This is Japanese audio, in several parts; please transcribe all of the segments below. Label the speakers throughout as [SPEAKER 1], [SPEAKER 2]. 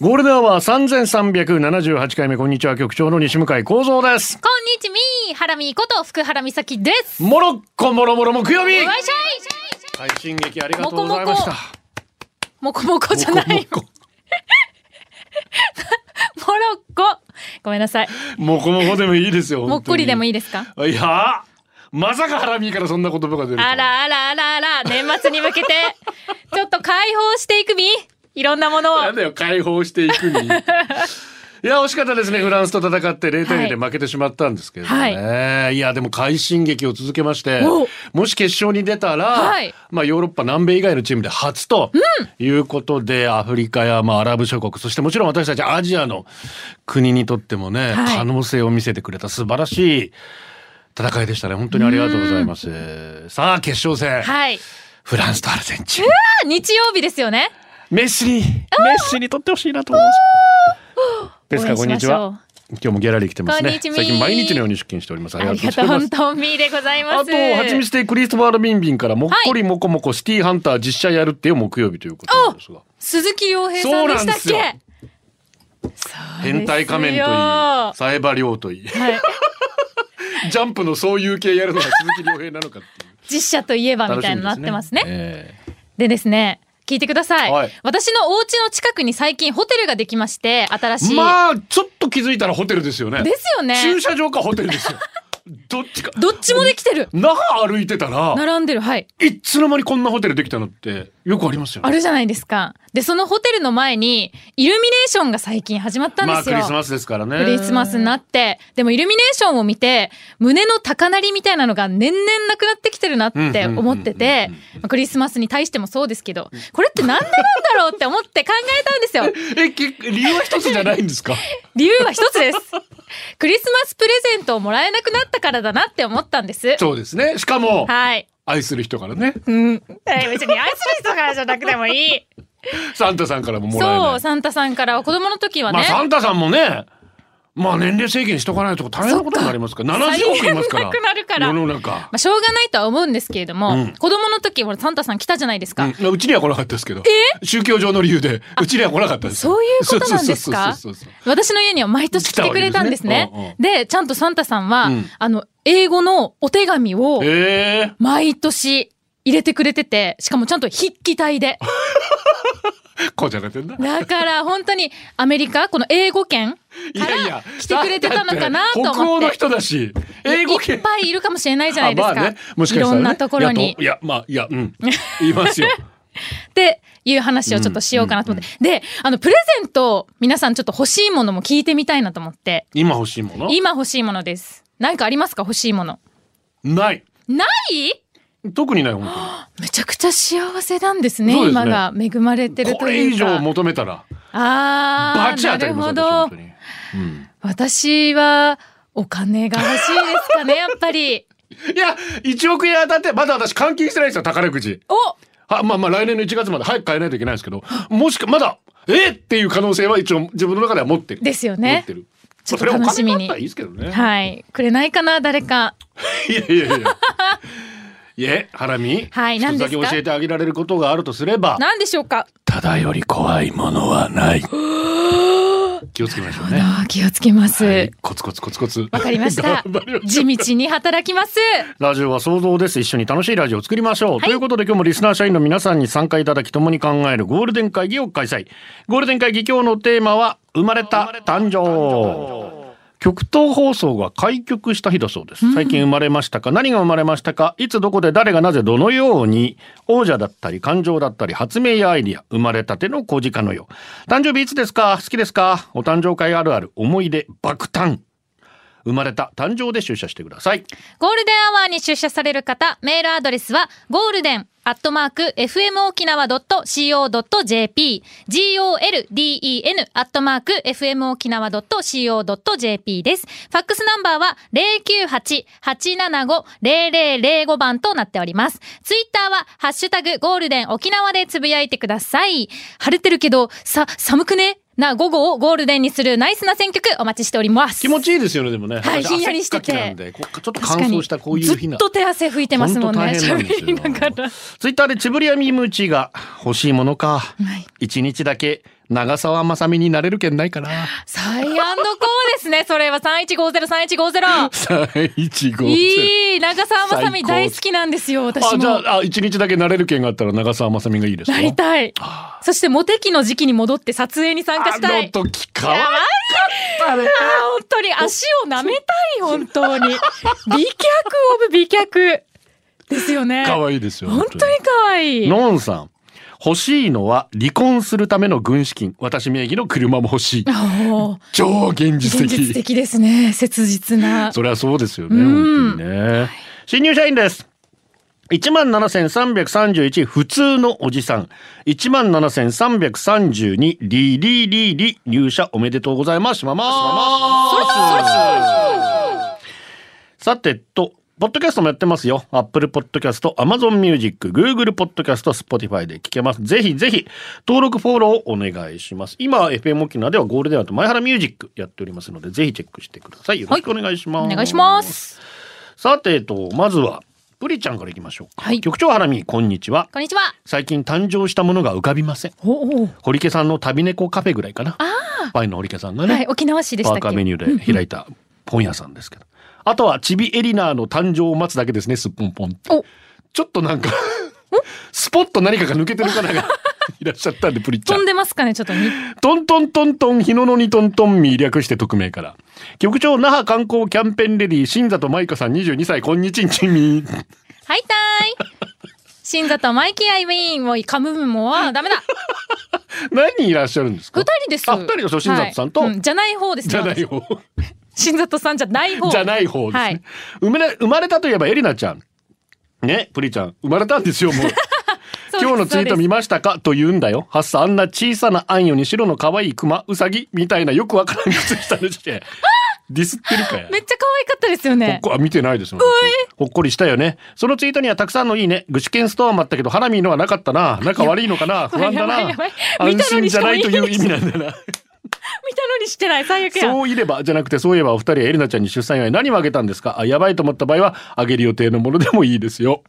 [SPEAKER 1] ゴールデンは三千三百七十八回目こんにちは局長の西向井光三です。
[SPEAKER 2] こんにちみハラミこと福原美咲です。
[SPEAKER 1] モロッコもろもろ木曜日。
[SPEAKER 2] わいし
[SPEAKER 1] 最新劇ありがとうございました。
[SPEAKER 2] もこもこじゃない。モロッコ。ごめんなさい。
[SPEAKER 1] もこもこでもいいですよ。
[SPEAKER 2] もっこりでもいい
[SPEAKER 1] で
[SPEAKER 2] ですか
[SPEAKER 1] す。いやーまさかハラミーからそんな言葉が出るとは
[SPEAKER 2] あらあらあらあら、年末に向けて、ちょっと解放していくみいろんなものを。
[SPEAKER 1] なんだよ解放していく に。いや惜しかったですねフランスと戦って0対2で負けてしまったんですけれどもね、い、やでも快進撃を続けまして
[SPEAKER 2] お
[SPEAKER 1] もし決勝に出たら、
[SPEAKER 2] はい
[SPEAKER 1] まあ、ヨーロッパ南米以外のチームで初ということで、アフリカや、まあ、アラブ諸国そしてもちろん私たちアジアの国にとってもね、
[SPEAKER 2] はい
[SPEAKER 1] 可能性を見せてくれた素晴らしい戦いでしたね本当にありがとうございます。さあ決勝戦、
[SPEAKER 2] はい。
[SPEAKER 1] フランスとアルゼンチン。
[SPEAKER 2] あ日曜日ですよね。
[SPEAKER 1] メッシに、メッシにとってほしいなと思うんです。ペスカ、こんにちは。今日もギャラリー来てます
[SPEAKER 2] こん
[SPEAKER 1] ね。
[SPEAKER 2] にちは
[SPEAKER 1] 最近毎日のように出勤しております。あり
[SPEAKER 2] あ
[SPEAKER 1] が
[SPEAKER 2] り
[SPEAKER 1] とう
[SPEAKER 2] が
[SPEAKER 1] ござ
[SPEAKER 2] とう、
[SPEAKER 1] います
[SPEAKER 2] 本。当みーでござい
[SPEAKER 1] あ
[SPEAKER 2] ます。
[SPEAKER 1] と、はちみつ亭クリストファール・ビンビンから、もっこりもこもこシティハンター実写やるってよ、木曜日ということなんですが。
[SPEAKER 2] 鈴木亮平さんでしたっ
[SPEAKER 1] そうなん
[SPEAKER 2] け
[SPEAKER 1] 変態仮面といい、
[SPEAKER 2] は
[SPEAKER 1] サエバリョウといい、
[SPEAKER 2] い。
[SPEAKER 1] ジャンプのそういう系やるのが鈴木亮平なのかっていう。
[SPEAKER 2] 実写といえば
[SPEAKER 1] 楽
[SPEAKER 2] みた
[SPEAKER 1] しみ
[SPEAKER 2] いに
[SPEAKER 1] で
[SPEAKER 2] な
[SPEAKER 1] す
[SPEAKER 2] っ
[SPEAKER 1] ね
[SPEAKER 2] てますね。
[SPEAKER 1] ええ
[SPEAKER 2] でですね聞いてください、
[SPEAKER 1] はい
[SPEAKER 2] 私のお家の近くに最近ホテルができまして新しい、
[SPEAKER 1] まあ、ちょっと気づいたらホテルですよね。
[SPEAKER 2] ですよね
[SPEAKER 1] 駐車場かホテルですよ。どっちか。
[SPEAKER 2] どっちもできてる
[SPEAKER 1] 那覇歩いてたら、
[SPEAKER 2] 並んでるはい
[SPEAKER 1] いつの間にこんなホテルできたのってよくありますよね。
[SPEAKER 2] あるじゃないですかでそのホテルの前にイルミネーションが最近始まったん
[SPEAKER 1] ま
[SPEAKER 2] で
[SPEAKER 1] あ
[SPEAKER 2] す
[SPEAKER 1] ク
[SPEAKER 2] よ、
[SPEAKER 1] リスマスですからね。
[SPEAKER 2] クリスマスになってでもイルミネーションを見て胸の高鳴りみたいなのが年々なくなってきてるなって思っててまあクリスマスに対してもそうですけどこれってなんでなんだろうって思って考えたんですよ
[SPEAKER 1] え、結理由は一つじゃないんですか
[SPEAKER 2] 理由は一つです。クリスマスプレゼントをもらえなくなったからだなって思ったんです。
[SPEAKER 1] そうですね。しかも、
[SPEAKER 2] はい。
[SPEAKER 1] 愛する人からね、
[SPEAKER 2] うん。え別に愛する人からじゃなくてもいい。
[SPEAKER 1] サンタさん からももらえ
[SPEAKER 2] そ
[SPEAKER 1] な
[SPEAKER 2] う、
[SPEAKER 1] い。
[SPEAKER 2] サンタさんからは子供の時はね。
[SPEAKER 1] まあ、サンタさんもね、まあ年齢制限しとかないと大変なことになりますから、70億いますから。
[SPEAKER 2] 財布なくなるから
[SPEAKER 1] 世の中。
[SPEAKER 2] まあしょうがないとは思うんですけれども、
[SPEAKER 1] うん
[SPEAKER 2] 子供の時ほらサンタさん来たじゃないですか。
[SPEAKER 1] うん、うちには来なかったですけど、宗教上の理由でうちには来なかったです
[SPEAKER 2] そういうことなんですか
[SPEAKER 1] そうそうそうそうそう
[SPEAKER 2] 私の家には毎年来てくれたんです
[SPEAKER 1] 来たわけで
[SPEAKER 2] ね。
[SPEAKER 1] す
[SPEAKER 2] でちゃんとサンタさんは、
[SPEAKER 1] うん
[SPEAKER 2] あの、英語のお手紙を
[SPEAKER 1] ええ
[SPEAKER 2] 毎年入れてくれてて、しかもちゃんと筆記体で。
[SPEAKER 1] こうじゃれてんだ
[SPEAKER 2] だから本当にアメリカこの英語圏
[SPEAKER 1] い
[SPEAKER 2] か
[SPEAKER 1] やい
[SPEAKER 2] ら
[SPEAKER 1] や
[SPEAKER 2] 来てくれてたのかなと思って
[SPEAKER 1] 北欧の人だし英語
[SPEAKER 2] い
[SPEAKER 1] 圏
[SPEAKER 2] っぱいいるかもしれないじゃないです
[SPEAKER 1] あ
[SPEAKER 2] か,、
[SPEAKER 1] まあね、もしか
[SPEAKER 2] い
[SPEAKER 1] した
[SPEAKER 2] ろ
[SPEAKER 1] ら、ね、
[SPEAKER 2] んなところに
[SPEAKER 1] いやといやまあいやうん言い ますよ
[SPEAKER 2] っていう話をちょっとしようかなと思って、であのプレゼント皆さんちょっと欲しいものも聞いてみたいなと思って
[SPEAKER 1] 今欲しいもの
[SPEAKER 2] 今欲しいものです何かありますか欲しいもの
[SPEAKER 1] ない
[SPEAKER 2] ない
[SPEAKER 1] 特にない本
[SPEAKER 2] めちゃくちゃ幸せなんですね
[SPEAKER 1] そうですね
[SPEAKER 2] 今が恵まれて
[SPEAKER 1] 当
[SPEAKER 2] る
[SPEAKER 1] にことれ
[SPEAKER 2] い
[SPEAKER 1] 以
[SPEAKER 2] うか
[SPEAKER 1] 上求めたら
[SPEAKER 2] あ
[SPEAKER 1] バチ
[SPEAKER 2] ー
[SPEAKER 1] 当た
[SPEAKER 2] な
[SPEAKER 1] り
[SPEAKER 2] る
[SPEAKER 1] ます
[SPEAKER 2] ほ
[SPEAKER 1] よ
[SPEAKER 2] ど
[SPEAKER 1] 私本当にうん
[SPEAKER 2] 私はお金が欲しいです かねやっぱり
[SPEAKER 1] いや1億円当たってまだ私換金してないんですよ宝くじ
[SPEAKER 2] お
[SPEAKER 1] はまあまあ来年の1月まで早く買えないといけないんですけどもしかまだえっっていう可能性は一応自分の中では持ってる
[SPEAKER 2] ですよ
[SPEAKER 1] 持っ
[SPEAKER 2] ね
[SPEAKER 1] てる
[SPEAKER 2] ちょっと
[SPEAKER 1] まあそれはお金
[SPEAKER 2] 楽しみに
[SPEAKER 1] だったらいいですけどね、
[SPEAKER 2] はいくれないかな誰か
[SPEAKER 1] いやいやいやいえハラミ、
[SPEAKER 2] はい
[SPEAKER 1] 一つだけ
[SPEAKER 2] 何です
[SPEAKER 1] 教
[SPEAKER 2] か
[SPEAKER 1] えてあげられることがあるとすれば
[SPEAKER 2] 何でしょうか
[SPEAKER 1] ただより怖いものは ない。気をつけましょうね。
[SPEAKER 2] あー気をつけます。わ、
[SPEAKER 1] はいコツコツコツコツ。わ
[SPEAKER 2] かりまし た
[SPEAKER 1] 頑張り。ましょ
[SPEAKER 2] 地
[SPEAKER 1] う
[SPEAKER 2] 道に働きます。
[SPEAKER 1] ラジオは想像です。一緒に楽しいラジオを作りましょう。ということで今日もリスナー社員の皆さんに参加いただき共に考えるゴールデン会議を開催。ゴールデン会議今日のテーマは生まれた誕生。極東放送が開局した日だそうです。最近生まれましたか、何が生まれましたかいつどこで誰がなぜどのように王者だったり感情だったり発明やアイディア生まれたての小鹿のよう誕生日いつですか好きですかお誕生会あるある思い出爆誕生まれた誕生で出社してください。
[SPEAKER 2] ゴールデンアワーに出社される方、メールアドレスは、ゴールデンアットマーク、fmokinawa.co.jp、golden アットマーク、fmokinawa.co.jp です。ファックスナンバーは、098-875-0005番となっております。ツイッターは、ハッシュタグ、ゴールデン沖縄でつぶやいてください。晴れてるけど、さ、寒くねな午後をゴールデンにするナイスな選曲お待ちしております。
[SPEAKER 1] 気持ちいいですよね、でもね。
[SPEAKER 2] はい
[SPEAKER 1] 私
[SPEAKER 2] ひんやりしてて
[SPEAKER 1] 汗っかきなんでこうちょっと乾
[SPEAKER 2] 確かに
[SPEAKER 1] 燥したこういう日
[SPEAKER 2] ず
[SPEAKER 1] な
[SPEAKER 2] っ。と手汗拭いてますもんね
[SPEAKER 1] 本当大変なんですよ
[SPEAKER 2] 喋りながら
[SPEAKER 1] ツイッターでチブリアミムーチーが欲しいものか
[SPEAKER 2] い。
[SPEAKER 1] 一、日だけ長澤まさみになれるけんないかな。
[SPEAKER 2] サイアンドコーですねそれは31503150
[SPEAKER 1] 3150。
[SPEAKER 2] いい長澤まさみ大好きなんですよ私
[SPEAKER 1] あ、じゃ
[SPEAKER 2] も
[SPEAKER 1] あ、あ、一日だけなれる件があったら長澤まさみがいいですか
[SPEAKER 2] なりたいそしてモテ期の時期に戻って撮影に参加した
[SPEAKER 1] あ
[SPEAKER 2] い
[SPEAKER 1] の時かわいかったね。
[SPEAKER 2] あ本当に足を舐めたい本当に美脚オブ美脚ですよね
[SPEAKER 1] かわいいですよ。
[SPEAKER 2] 本当に可愛い
[SPEAKER 1] ノンさん。欲しいのは離婚するための軍資金。私名義の車も欲しい。
[SPEAKER 2] おー
[SPEAKER 1] 超現実
[SPEAKER 2] 現
[SPEAKER 1] 的。
[SPEAKER 2] 実的ですね切実な
[SPEAKER 1] そりゃそうですよね。
[SPEAKER 2] うん
[SPEAKER 1] 本当にね。新入社員です。17,331普通のおじさん。17,332リリリリリ入社おめでとうございます。しまます。さてと、ポッドキャストもやってますよ。Apple Podcast、Amazon Music、Google Podcast、Spotify で聞けます。ぜひぜひ、登録フォローをお願いします。今、FM 沖縄ではゴールデンアート前原ミュージックやっておりますので、ぜひチェックしてください。よろしくお願いします。
[SPEAKER 2] お願いします
[SPEAKER 1] さてと、まずは、プリちゃんからいきましょうか。
[SPEAKER 2] はい
[SPEAKER 1] 局長ハラミ、こんにちは。
[SPEAKER 2] こんにちは
[SPEAKER 1] 最近誕生したものが浮かびません。
[SPEAKER 2] おお
[SPEAKER 1] 堀家さんの旅猫カフェぐらいかな。パイの堀家さんがね、
[SPEAKER 2] はい、沖縄市でし
[SPEAKER 1] パ
[SPEAKER 2] たっ
[SPEAKER 1] ー
[SPEAKER 2] け
[SPEAKER 1] カーメニューで開いた本屋さんですけど。あとは、チビエリナーの誕生を待つだけですね、すっぽんぽん。
[SPEAKER 2] お
[SPEAKER 1] ちょっとなんか、スポッと何かが抜けてる方が いらっしゃったんで、プリちゃん
[SPEAKER 2] 飛ん。でますかねちょっとに
[SPEAKER 1] トントントントン、日野のにトントンミー略して匿名から。局長、那覇観光キャンペーンレディー、新里舞香さん22歳、こんにちんちんみー。
[SPEAKER 2] はいたーい新座とマイキーアイウィーンもう噛むもはダメだ
[SPEAKER 1] 何人いらっしゃるんですか
[SPEAKER 2] 二人です
[SPEAKER 1] あ、二人ですよ、新里さんと。
[SPEAKER 2] はいうんじゃない方です
[SPEAKER 1] じゃない
[SPEAKER 2] ね
[SPEAKER 1] 方。
[SPEAKER 2] 新里さんじゃない方
[SPEAKER 1] じゃない方ですね。
[SPEAKER 2] はい
[SPEAKER 1] 生まれ、生まれたといえばエリナちゃん。ね、プリちゃん。生まれたんですよ、もう。
[SPEAKER 2] そうです
[SPEAKER 1] 今日のツイート見ましたかと言うんだよ。ハッサあんな小さなあんよに白の可愛いクマ、ウサギみたいなよくわからん靴下で して。ディスってるかよ
[SPEAKER 2] め。っちゃ可愛かったですよね
[SPEAKER 1] ほっこあ見てないですよ私ほっこりしたよね。そのツイートにはたくさんのいいね。具志堅ストアもあったけど、ハラミーのはなかったな。仲悪いのかな不安だ
[SPEAKER 2] やばい
[SPEAKER 1] な
[SPEAKER 2] やばい。見
[SPEAKER 1] 安
[SPEAKER 2] た
[SPEAKER 1] 心
[SPEAKER 2] のに
[SPEAKER 1] じ
[SPEAKER 2] し
[SPEAKER 1] ゃ
[SPEAKER 2] か
[SPEAKER 1] な
[SPEAKER 2] も
[SPEAKER 1] いという意味なんだな。
[SPEAKER 2] 見たのにしてない最悪や
[SPEAKER 1] そういればじゃなくてそういえばお二人エリナちゃんに出産祝い何をあげたんですかあやばいと思った場合はあげる予定のものでもいいです よ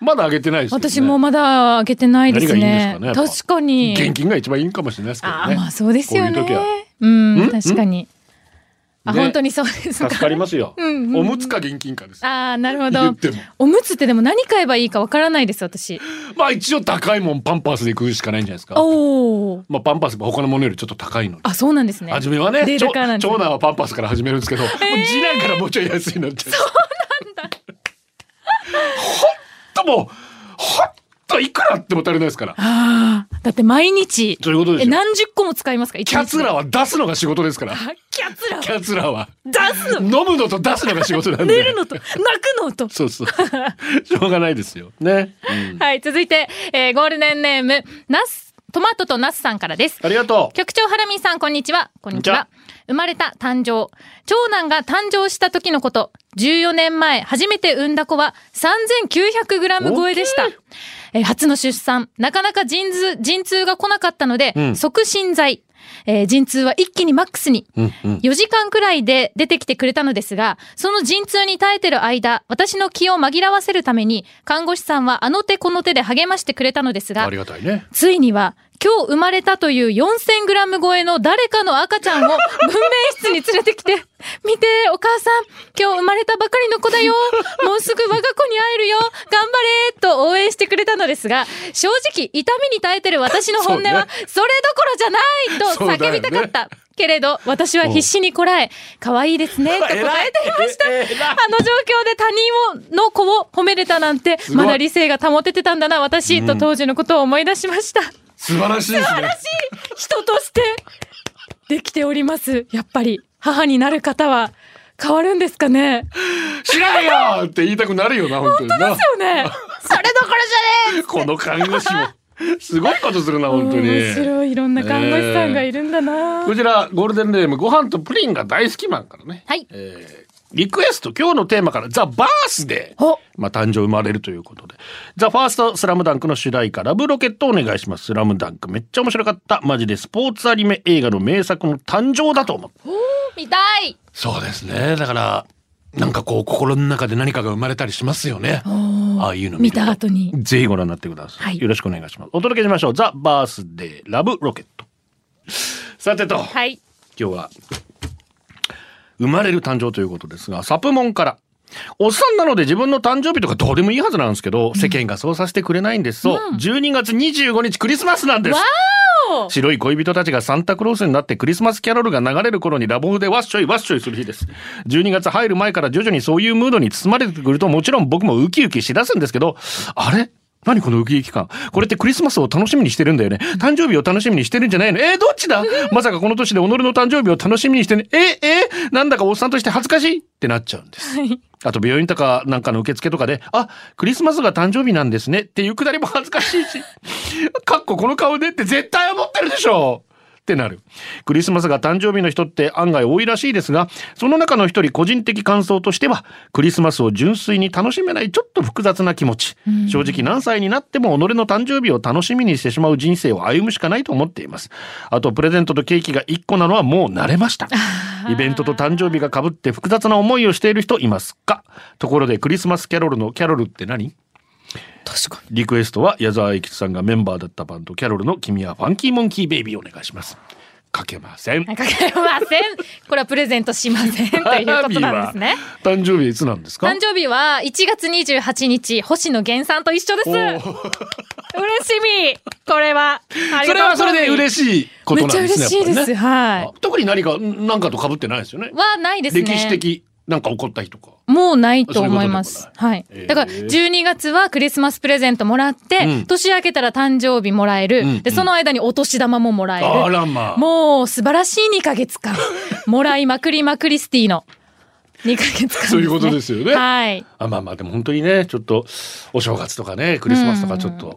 [SPEAKER 1] まだあげてないですけどね
[SPEAKER 2] 私もまだ開けてないです
[SPEAKER 1] 何
[SPEAKER 2] ね
[SPEAKER 1] がいいんですかねやっぱ
[SPEAKER 2] 確かに
[SPEAKER 1] 現金が一番いいかもしれないですけどね
[SPEAKER 2] あーまあそうですよ
[SPEAKER 1] こういう時は
[SPEAKER 2] ねうん
[SPEAKER 1] ん
[SPEAKER 2] 確かにあ
[SPEAKER 1] ね
[SPEAKER 2] 本当にそうです
[SPEAKER 1] 助かりますよ、
[SPEAKER 2] うんうんうん
[SPEAKER 1] おむつか現金かです
[SPEAKER 2] ああなるほ
[SPEAKER 1] 言っ
[SPEAKER 2] ど
[SPEAKER 1] ても
[SPEAKER 2] おむつってでも何買えばいいかわからないです私
[SPEAKER 1] まあ一応高いもんパンパースで食うしかないんじゃないですか
[SPEAKER 2] おお
[SPEAKER 1] まあパンパースも他のものよりちょっと高いので
[SPEAKER 2] あそうなんですね
[SPEAKER 1] 初めはね
[SPEAKER 2] デー
[SPEAKER 1] ちょ
[SPEAKER 2] タからなん
[SPEAKER 1] 長
[SPEAKER 2] ですね
[SPEAKER 1] 男はパンパースから始めるんですけど、もう次男からもうちょい安いなっちゃうそうなん
[SPEAKER 2] だ
[SPEAKER 1] ほんともうほんといくらあっても足りないですから
[SPEAKER 2] ああだって毎日
[SPEAKER 1] そういうことです
[SPEAKER 2] え
[SPEAKER 1] よ
[SPEAKER 2] 何十個も使いますか一日
[SPEAKER 1] キャツラは出すのが仕事です から。
[SPEAKER 2] あキャツラ
[SPEAKER 1] キャツラは。
[SPEAKER 2] 出すの
[SPEAKER 1] 飲むのと出すのが仕事なんで。
[SPEAKER 2] 寝るのと泣くのと
[SPEAKER 1] そうそう。しょうがないですよ。ね。うん
[SPEAKER 2] はい続いて、えーゴールデンネームナストマトとナスさんからです
[SPEAKER 1] ありがとう。
[SPEAKER 2] 局長ハラミーさんこんにちはこんにちは生まれた誕生長男が誕生した時のこと14年前初めて産んだ子は 3900g 超えでしたえー初の出産なかなか陣痛陣痛が来なかったので、
[SPEAKER 1] ん
[SPEAKER 2] 促進剤、えー陣痛は一気にマックスに、4時間くらいで出てきてくれたのですが、その陣痛に耐えてる間、私の気を紛らわせるために、看護師さんはあの手この手で励ましてくれたのですが
[SPEAKER 1] あり、がたいね。
[SPEAKER 2] ついには、今日生まれたという4000グラム超えの誰かの赤ちゃんを文明室に連れてき て、見て、お母さん、今日生まれたばかりの子だよ。もうすぐ我が子に会えるよ。頑張れと応援してくれたのですが、正直、痛みに耐えてる私の本音
[SPEAKER 1] そう
[SPEAKER 2] は
[SPEAKER 1] ね、
[SPEAKER 2] それどころじゃないと叫びたかった。けれど、私は必死にこらえ、可愛いですね、と答えていま した。あの状況で他人を、の子を褒めれたなんて、
[SPEAKER 1] ごい
[SPEAKER 2] まだ理性が保ててたんだな、私、と当時のことを思い出しました。
[SPEAKER 1] 素晴らしいですね。
[SPEAKER 2] 人として、できております。やっぱり、母になる方は、変わるんですかね。
[SPEAKER 1] 知らんよって言いたくなるよな、本当にな。
[SPEAKER 2] そうね。それどころじゃね
[SPEAKER 1] この看護師も。すごいことするな、
[SPEAKER 2] え。
[SPEAKER 1] 本当に。
[SPEAKER 2] 面白いいろんな看護師さんがいるんだな。
[SPEAKER 1] こちら、ゴールデンネーム、ご飯とプリンが大好きマンからね。
[SPEAKER 2] はい。
[SPEAKER 1] えーリクエスト、今日のテーマから、ザ・バースデー。
[SPEAKER 2] お
[SPEAKER 1] まあ、誕生生まれるということで。ザ・ファースト、スラムダンクの主題歌、ラブロケットお願いします。スラムダンク、めっちゃ面白かった。マジでスポーツアニメ映画の名作の誕生だと思う。
[SPEAKER 2] 見たい。
[SPEAKER 1] そうですね。だから、なんかこう、心の中で何かが生まれたりしますよね。ああいうの
[SPEAKER 2] 見
[SPEAKER 1] ると
[SPEAKER 2] た後に。
[SPEAKER 1] ぜひご覧になってください。
[SPEAKER 2] はい
[SPEAKER 1] よろしくお願いします。お届けしましょう。ザ・バースデー、ラブロケット。さてと、
[SPEAKER 2] はい。
[SPEAKER 1] 今日は、生まれる誕生ということですが、サプモンから。おっさんなので自分の誕生日とかどうでもいいはずなんですけど、世間がそうさせてくれないんです。そう、12月25日クリスマスなんです
[SPEAKER 2] わ。お。
[SPEAKER 1] 白い恋人たちがサンタクロースになってクリスマスキャロルが流れる頃にラボフでワッショイワッショイする日です。12月入る前から徐々にそういうムードに包まれてくるともちろん僕もウキウキしだすんですけど、あれ何このウキウキ感これってクリスマスを楽しみにしてるんだよね。誕生日を楽しみにしてるんじゃないのえー、どっちだまさかこの年で己の誕生日を楽しみにしてね。ええなんだかおっさんとして恥ずかしいってなっちゃうんです。あと病院とかなんかの受付とかで、あ、クリスマスが誕生日なんですねっていうくだりも恥ずかしいし、 かっここの顔でって絶対思ってるでしょってなる。クリスマスが誕生日の人って案外多いらしいですが、その中の一人個人的感想としては、クリスマスを純粋に楽しめないちょっと複雑な気持ち。正直何歳になっても己の誕生日を楽しみにしてしまう人生を歩むしかないと思っています。あと、プレゼントとケーキが1個なのはもう慣れました。イベントと誕生日が被って複雑な思いをしている人いますかところでクリスマスキャロルのキャロルって何
[SPEAKER 2] 確か
[SPEAKER 1] リクエストは矢沢永吉さんがメンバーだったバンドキャロルの君はファンキーモンキーベイビーお願いします。かけません。
[SPEAKER 2] に。かけません。これはプレゼントしませんということなんで すね。
[SPEAKER 1] 誕生日いつなんですか
[SPEAKER 2] 誕生日は1月28日、星野源さんと一緒です。嬉し
[SPEAKER 1] おー
[SPEAKER 2] み。こ れは。
[SPEAKER 1] それはそれで
[SPEAKER 2] しい。
[SPEAKER 1] 嬉しいことなんですね。
[SPEAKER 2] めっちゃ嬉しいです
[SPEAKER 1] やっぱりね
[SPEAKER 2] は
[SPEAKER 1] 特に何か、なんかと被ってないですよね。
[SPEAKER 2] はないですね。
[SPEAKER 1] 歴史的、なんか起こった日とか。
[SPEAKER 2] もうないと思います。
[SPEAKER 1] そういう
[SPEAKER 2] はい
[SPEAKER 1] えー。
[SPEAKER 2] だから、12月はクリスマスプレゼントもらって、
[SPEAKER 1] うん
[SPEAKER 2] 年明けたら誕生日もらえる、
[SPEAKER 1] うん
[SPEAKER 2] で、その間にお年玉ももらえる。
[SPEAKER 1] あらまあ。
[SPEAKER 2] もう素晴らしい2ヶ月間。もらいまくりまくりスティの2ヶ月間です、ね。
[SPEAKER 1] そういうことですよね
[SPEAKER 2] はい。
[SPEAKER 1] あまあまあでも本当にねちょっとお正月とかねクリスマスとかちょっと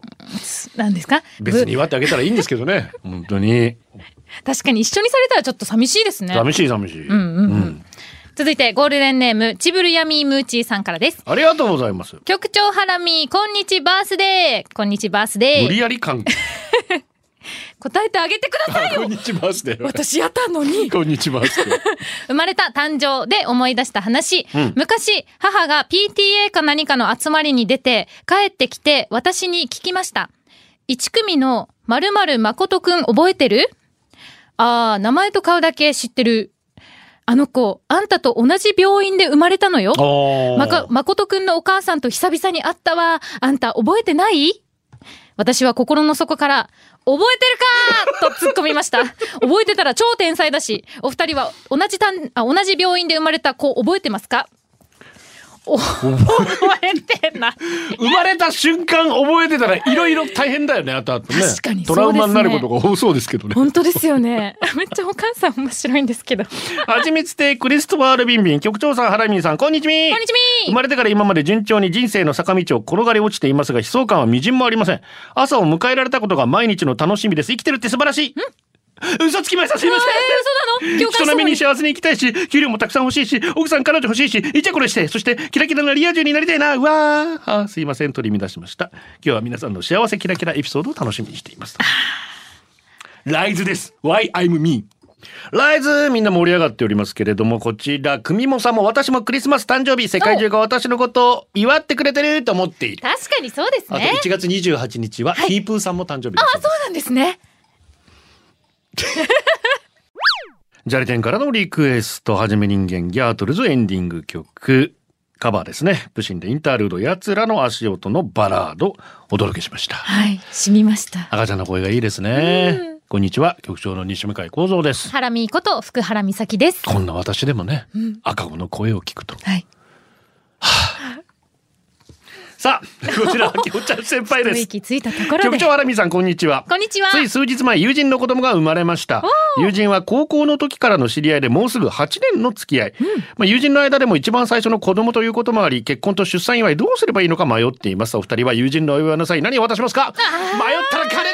[SPEAKER 2] 何ですか
[SPEAKER 1] 別に
[SPEAKER 2] ぶ
[SPEAKER 1] 祝ってあげたらいいんですけどね本当に
[SPEAKER 2] 確かに一緒にされたらちょっと寂しいですね。
[SPEAKER 1] 寂しい寂しい、
[SPEAKER 2] うんうんうん。続いて、ゴールデンネーム、チブルヤミームーチーさんからです。
[SPEAKER 1] ありがとうございます
[SPEAKER 2] 局長ハラミー、こんにちバースデー。こんにちバースデ
[SPEAKER 1] 無
[SPEAKER 2] ー
[SPEAKER 1] 理。やり感
[SPEAKER 2] 答えてあげてください
[SPEAKER 1] こ
[SPEAKER 2] よ
[SPEAKER 1] んにちはして
[SPEAKER 2] 私やったのに
[SPEAKER 1] こんにちはして
[SPEAKER 2] 生まれた誕生で思い出した話、
[SPEAKER 1] うん
[SPEAKER 2] 昔母が PTA か何かの集まりに出て帰ってきて私に聞きました1組の〇〇誠くん覚えてるああ名前と顔だけ知ってるあの子あんたと同じ病院で生まれたのよ
[SPEAKER 1] お
[SPEAKER 2] まか、誠くんのお母さんと久々に会ったわ。あんた覚えてない私は心の底から、覚えてるかと突っ込みました。覚えてたら超天才だし、お二人は同じたんあ同じ病院で生まれた子覚えてますかお覚えてない。
[SPEAKER 1] 生まれた瞬間覚えてたらいろいろ大変だよねあとあとね
[SPEAKER 2] 確かに
[SPEAKER 1] トラウマ
[SPEAKER 2] そうですね
[SPEAKER 1] になることが多そうです けどね
[SPEAKER 2] 本当ですよね。めっちゃお母さん面白いんですけど。こん
[SPEAKER 1] はちみつ亭クリストファールビンビン局長さんハラミンさんこんにちみ
[SPEAKER 2] にち
[SPEAKER 1] 生
[SPEAKER 2] み
[SPEAKER 1] まれてから今まで順調に人生の坂道を転がり落ちていますが悲壮感はみじんもありません朝を迎えられたことが毎日の楽しみです生きてるって素晴らしい嘘つきましたすいま
[SPEAKER 2] えー、
[SPEAKER 1] せん
[SPEAKER 2] 嘘なの共
[SPEAKER 1] 人
[SPEAKER 2] 感した
[SPEAKER 1] 並
[SPEAKER 2] の
[SPEAKER 1] み
[SPEAKER 2] に
[SPEAKER 1] に。幸せに生きたいし給料もたくさん欲しいし奥さん彼女欲しいしいちゃこれしてそしてキラキラなリア充になりたいなうわーあーすいません取り乱しました今日は皆さんの幸せキラキラエピソードを楽しみにしていますライズです。Why I'm me。ライズみんな盛り上がっておりますけれどもこちらくみもさんも私もクリスマス誕生日世界中が私のことを祝ってくれてると思っている、
[SPEAKER 2] 確かにそうですね。
[SPEAKER 1] あと1月28日はヒープーさんも誕生日です、
[SPEAKER 2] あ、そうなんですね。
[SPEAKER 1] ジャリテンからのリクエストはじめ人間ギャートルズエンディング曲カバーですねプシンでインタールードやつらの足音のバラードお届けしました
[SPEAKER 2] はい、染みました。
[SPEAKER 1] 赤ちゃんの声がいいですねこんにちは局長の西向井光三です
[SPEAKER 2] ハラミーこと福原美咲です。
[SPEAKER 1] こんな私でもね、赤子の声を聞くと
[SPEAKER 2] はい。
[SPEAKER 1] さあ、こちらはきょうちゃん先輩で
[SPEAKER 2] 一
[SPEAKER 1] す。
[SPEAKER 2] 息ついたところ
[SPEAKER 1] 局
[SPEAKER 2] で
[SPEAKER 1] 長ハラミさんこんにちは。
[SPEAKER 2] こんにちは
[SPEAKER 1] つい数日前友人の子供が生まれました友人は高校の時からの知り合いでもうすぐ8年の付き合い、まあ、友人の間でも一番最初の子供ということもあり結婚と出産祝いどうすればいいのか迷っていますお二人は友人のお祝いの際何を渡しますか迷ったら金